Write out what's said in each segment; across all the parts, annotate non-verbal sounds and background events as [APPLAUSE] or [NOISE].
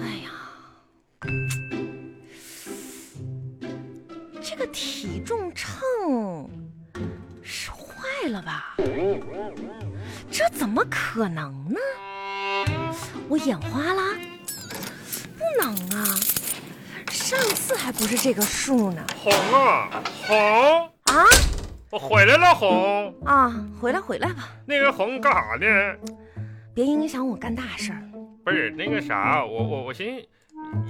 哎这个体重秤是坏了吧？这怎么可能呢？我眼花啦？不能啊，上次还不是这个数呢。红啊红，啊我回来了红。啊，回来回来吧，那个红干啥呢？别影响我干大事儿。不是那个啥，我我我寻思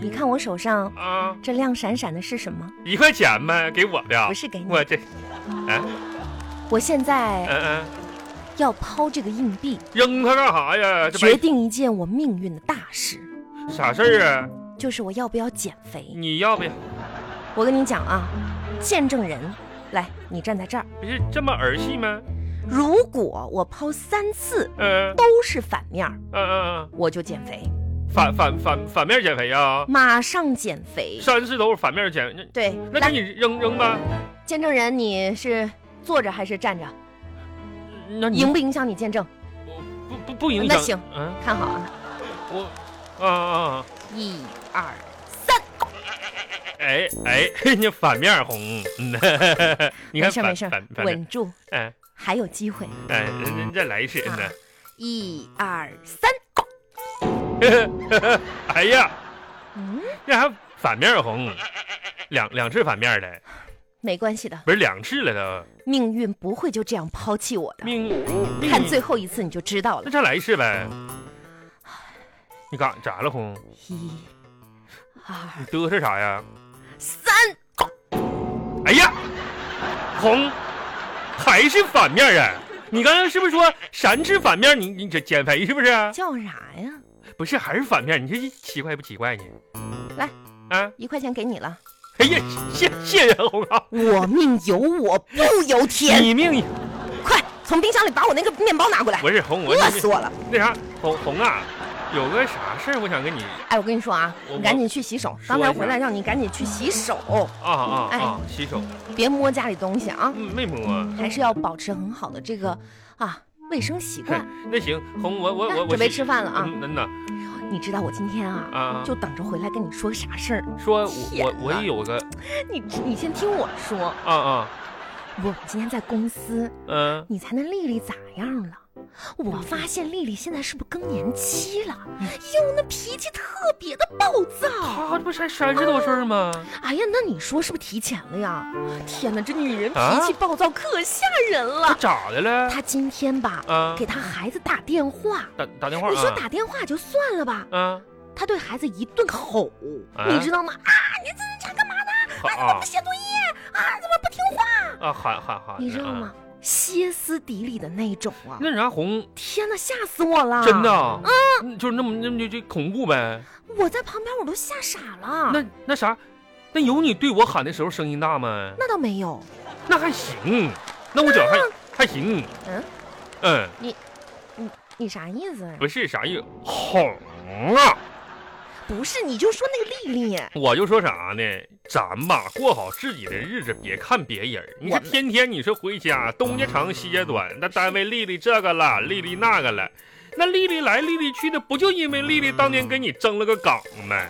你看我手上啊，这亮闪闪的是什么？一块钱呗，给我的。不是给你我这，我现嗯在嗯，要抛这个硬币，扔它干啥呀？这决白定一件我命运的大事，啥事儿啊？就是我要不要减肥。你要不要？我跟你讲啊，见证人，来，你站在这儿。不是这么儿戏吗？如果我抛三次嗯都是反面儿，嗯嗯我就减肥，嗯，反反反反面减肥呀？马上减肥。三次都是反面减，那对，那给来，你扔扔吧。见证人，你是坐着还是站着？那你影不影响你见证？不不不影响。那行嗯，看好啊，我啊啊。啊一二三，哎哎，你反面红，嗯， [LAUGHS] 你没看事反没事反，反面，稳住，哎还有机会。哎，嗯再来一次，嗯啊一二三，呐，哎呀，嗯，这还反面红，两两次反面的，没关系的，不是两次了命运不会就这样抛弃我都，的。命看命，最后一次你就知道那了。再来一次呗。哎你干咋了红？一二你嘚瑟啥呀？三，哎呀，红，还是反面啊？你刚才是不是说三次反面你你减减肥是不是啊？叫啥呀？不是，还是反面？你这奇怪不奇怪呢？来啊！一块钱给你了。哎呀，谢谢谢红啊！我命由我不由天，你命快从冰箱里把我那个面包拿过来，不是红，我饿死我了！那啥红红啊，有个啥事儿我想跟你哎，我跟你说啊，我你赶紧去洗手，说刚才一下回来让你赶紧去洗手，啊啊哎啊，洗手，别摸家里东西啊，嗯，没摸。还是要保持很好的这个啊卫生习惯。那行，红，哎我我我来我准备去吃饭了啊！嗯，嗯呐，你知道我今天啊，啊，就等着回来跟你说啥事儿。说天我我我哪有个你你先听我说，啊啊我今天在公司，嗯，你才能丽丽咋样了？我发现丽丽现在是不是更年期了？哟，那脾气特别的暴躁。他这不才三十多岁吗？哎呀，那你说是不是提前了呀？天哪，这女人啊脾气暴躁，可吓人他了。咋的了？她今天吧，啊啊给，她孩子打电话。打打电话你说啊打电话就算了吧，啊她对孩子一顿吼，啊你知道吗？啊，你这是想干嘛呢？好啊，怎么啊不写作业？啊，怎么不听话？啊喊喊喊，你知道嗯？吗？歇斯底里的那种啊！那啥红天哪，吓死我了！真的，，嗯，就是那么那么就就恐怖呗。我在旁边我都吓傻了。那那啥，那有你对我喊的时候声音大吗？那倒没有，那还行，那我觉得还还行。嗯嗯，你啥意思啊？不是啥意思，哄啊！不是，你就说那个丽丽。我就说啥呢？咱吧，过好自己的日子，别看别人。你说我天天你是回家，东家长西家短，那单位丽丽这个了，丽丽那个了，那丽丽来丽丽去的，不就因为丽丽当年跟你争了个岗吗？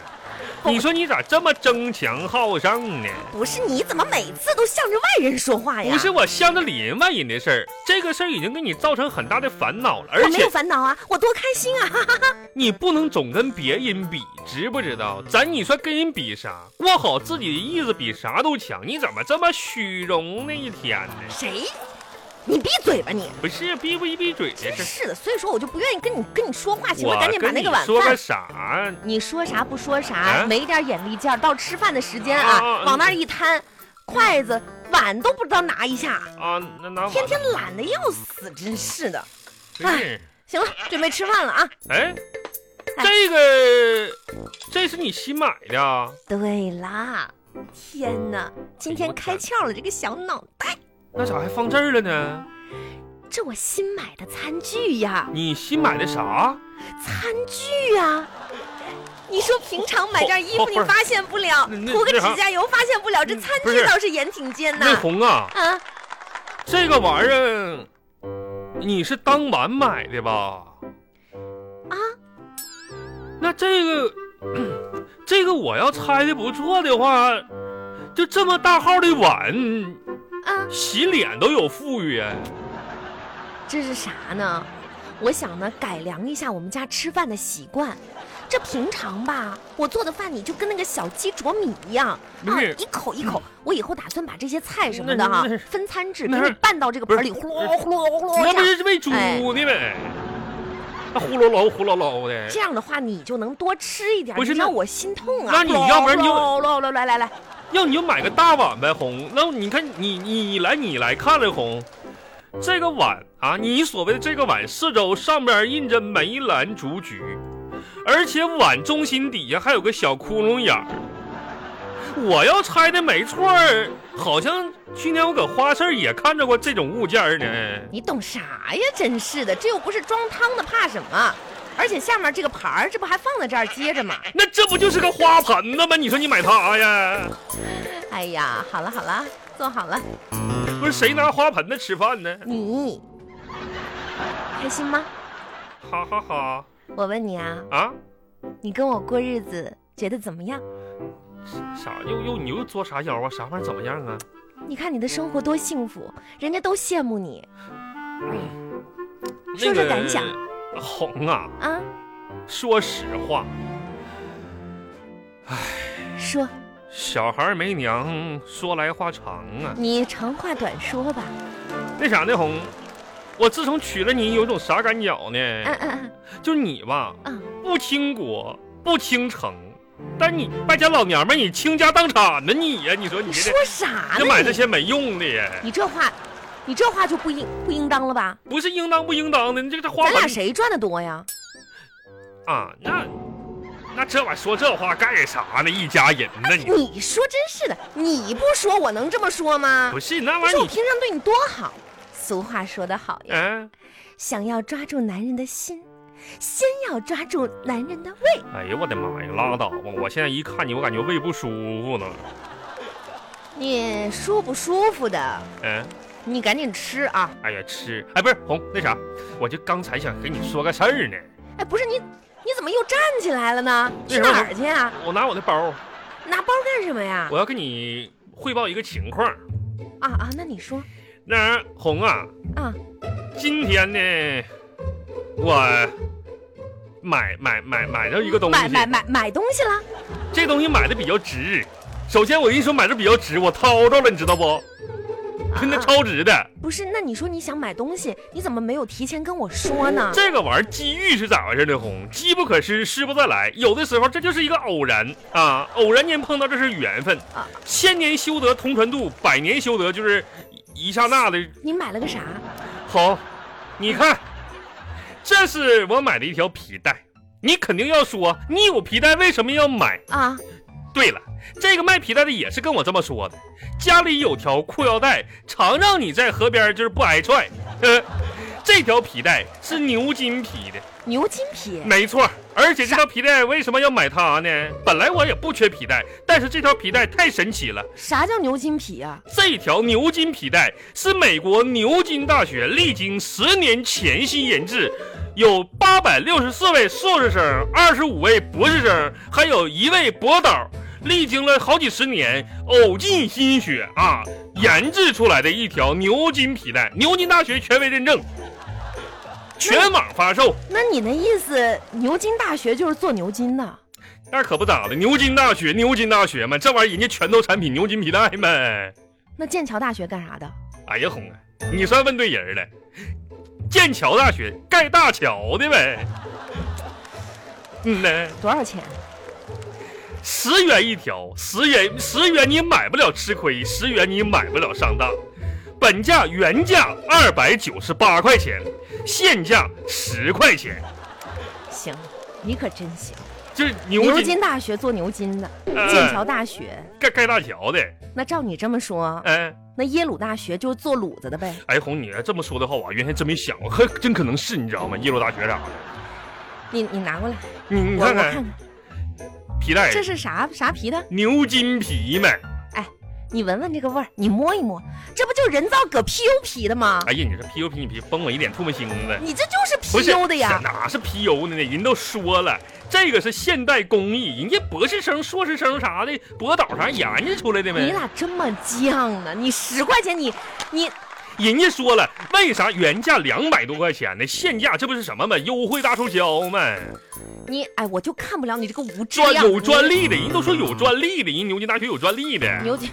你说你咋这么争强好胜呢？不是，你怎么每次都向着外人说话哎呀？不是，我向着里人外人的事儿，这个事儿已经给你造成很大的烦恼了，而我没且有烦恼啊，我多开心啊！ [LAUGHS] 你不能总跟别人比，知不知道？咱你说跟人比啥？过好自己的日子比啥都强，你怎么这么虚荣呢？一天呢？谁？你闭嘴吧你！不是闭不一闭嘴的真事儿，是的，所以说我就不愿意跟你跟你说话，行我吗？赶紧把跟那你个晚说个饭。啥？你说啥不说啥，啊没点眼力劲儿，到吃饭的时间啊，啊往那儿一摊，筷子碗都不知道拿一下，啊，那那天天懒得要死，真是的。真是行了，准备吃饭了啊！哎，哎这个这是你新买的啊？对啦，天哪，今天开窍了这个小脑袋，那咋还放这儿了呢？这我新买的餐具呀。你新买的啥？餐具呀、你说平常买件衣服不你是发现不了，那那涂个那啥指甲油发现不了，这餐不具是倒是也挺尖那呐。红啊，啊，这个玩意儿，你是当晚买的吧？啊， [COUGHS] 那这个，这个我要猜的不错的话，就这么大号的碗，啊，洗脸都有富裕啊！这是啥呢？我想呢，改良一下我们家吃饭的习惯。这平常吧，我做的饭你就跟那个小鸡啄米一样，不啊是，嗯一口一口。我以后打算把这些菜什么的那哈那是，分餐制，给那你是拌到这个不是盆里，呼噜呼噜呼噜这那不样。是喂猪哎呢呗？那呼噜噜呼噜噜的，这样的话，你就能多吃一点，不是你让那我心痛啊！那你要不然你就来来来来来，要你就买个大碗呗，红。那你看你你你来你来看了红，这个碗啊，你所谓的这个碗四周上边印着梅兰竹菊，而且碗中心底下还有个小窟窿眼儿。我要猜的没错儿，好像去年我搁花市也看着过这种物件儿呢。你懂啥呀？真是的，这又不是装汤的，怕什么？而且下面这个盘儿，这不还放在这儿接着吗？那这不就是个花盆子吗？你说你买它呀？哎呀，好了好了，坐好了，不是谁拿花盆子吃饭呢？你嗯开心吗？哈哈哈我问你啊，啊！你跟我过日子觉得怎么样？啥又又你又作啥妖啊？啥玩意儿怎么样啊？你看你的生活多幸福，人家都羡慕你那说个说感想红啊，啊！说实话，说小孩没娘，说来话长啊。你长话短说吧，那啥呢，红，我自从娶了你，有种啥感觉嗯呢？嗯就是你吧，嗯不倾国，不倾城，但你败家老娘们儿，你倾家荡产呢你呀、你说你你这说啥呢这买这你？些没用的呀，你这话，你这话就不应不应当了吧？不是应当不应当的，你这个这花咱俩盆谁赚的多呀？啊，那那这玩意儿说这话干啥呢？一家人呢你。你说真是的，你不说我能这么说吗不？是那不玩意是儿我你，平常对你多好，俗话说得好呀，嗯、想要抓住男人的心，先要抓住男人的胃。哎呀，我的妈呀，拉倒吧！我现在一看你，我感觉胃不舒服呢。你舒不舒服的？嗯，你赶紧吃啊！哎呀，吃，哎，不是红那啥，我就刚才想跟你说个事儿呢。哎，不是你，你怎么又站起来了呢？去那时候哪儿去啊？我拿我的包，拿包干什么呀？我要跟你汇报一个情况。啊啊，那你说那红啊，啊，今天呢，我买买买买到一个东西，买买买买东西了？这东西买的比较值。首先我跟你说买的比较值，我掏着了，你知道不？真的啊超值的。不是，那你说你想买东西，你怎么没有提前跟我说呢？这个玩意儿机遇是咋回事呢？红，机不可失，失不再来。有的时候这就是一个偶然啊，偶然间碰到这是缘分啊。千年修得同船渡，百年修得就是一一刹那的。你买了个啥？好，你看，这是我买的一条皮带。你肯定要说，你有皮带为什么要买？啊，对了，这个卖皮带的也是跟我这么说的，家里有条裤腰带，常让你在河边就是不挨踹。呃，这条皮带是牛筋皮的。牛筋皮。没错，而且这条皮带为什么要买它呢？本来我也不缺皮带，但是这条皮带太神奇了。啥叫牛筋皮啊？这条牛津皮带是美国牛津大学历经十年潜心研制，有八百六十四位硕士生、二十五位博士生，还有一位博导，历经了好几十年，呕尽心血啊，研制出来的一条牛津皮带，牛津大学权威认证，全网发售。那你那意思，牛津大学就是做牛筋的？那可不咋的，牛津大学，牛津大学嘛，这玩意儿人家拳头产品牛津皮带呗。那剑桥大学干啥的？哎呀，红啊，你算问对人儿了。剑桥大学盖大桥的呗。嗯呢，多少钱？十元一条，十元十元你买不了吃亏，十元你买不了上当。本价原价二百九十八块钱，现价十块钱，行，你可真行。就是牛牛津津大学做牛筋的，哎剑桥大学。盖盖大桥的。那照你这么说，哎，那耶鲁大学就是做卤子的呗？哎，红，你要这么说的话，我还原先真没想过，可真可能是你知道吗？耶鲁大学啥的。你你拿过来，你你我我看看哎看看，皮带，这是啥啥皮的？牛筋皮没？你闻闻这个味儿，你摸一摸，这不就人造革 PU 皮的吗？哎呀，你这 PU 皮你皮崩我一脸唾沫星子，你这就是不是啊 PU 的呀？哪是 PU 的呢？人都说了，这个是现代工艺，人家博士生、硕士生啥的，博导啥研究出来的你呗。咋这么犟呢？你十块钱你你人家说了，为啥原价两百多块钱呢？现价这不是什么吗？优惠大促销吗？你哎，我就看不了你这个无知专样。有专利的，人都说有专利的，人牛津大学有专利你，的，牛津，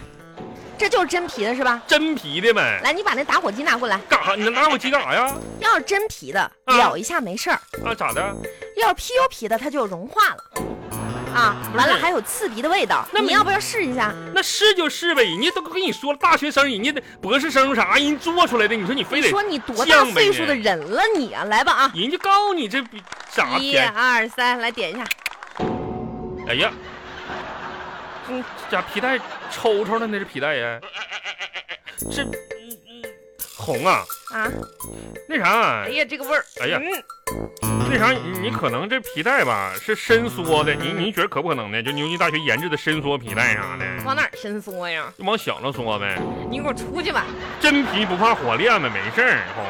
这就是真皮的是吧？真皮的呗。来，你把那打火机拿过来。干啥？你拿我鸡干啥呀？要是真皮的，啊燎一下没事儿；啊，咋的？要是 PU 皮的，它就融化了。啊，完了还有刺鼻的味道。哎那你没要不要试一下？那是就是呗，人家都跟你说了，大学生，人家的博士生啥，人做出来的，你说你非你得说你多大犟呗岁数的人了你啊？来吧啊！人家告你这比啥一便宜？二三，来点一下。哎呀，这家皮带抽抽了，那是皮带呀？这嗯嗯红啊，啊！那啥哎，呀，这个味儿！哎呀嗯那啥，你你可能这皮带吧是伸缩的，你你觉得可不可能呢？就牛津大学研制的伸缩皮带啥的，往哪儿伸缩呀？就往小了说呗。你给我出去吧！真皮不怕火炼呗，没事儿，红。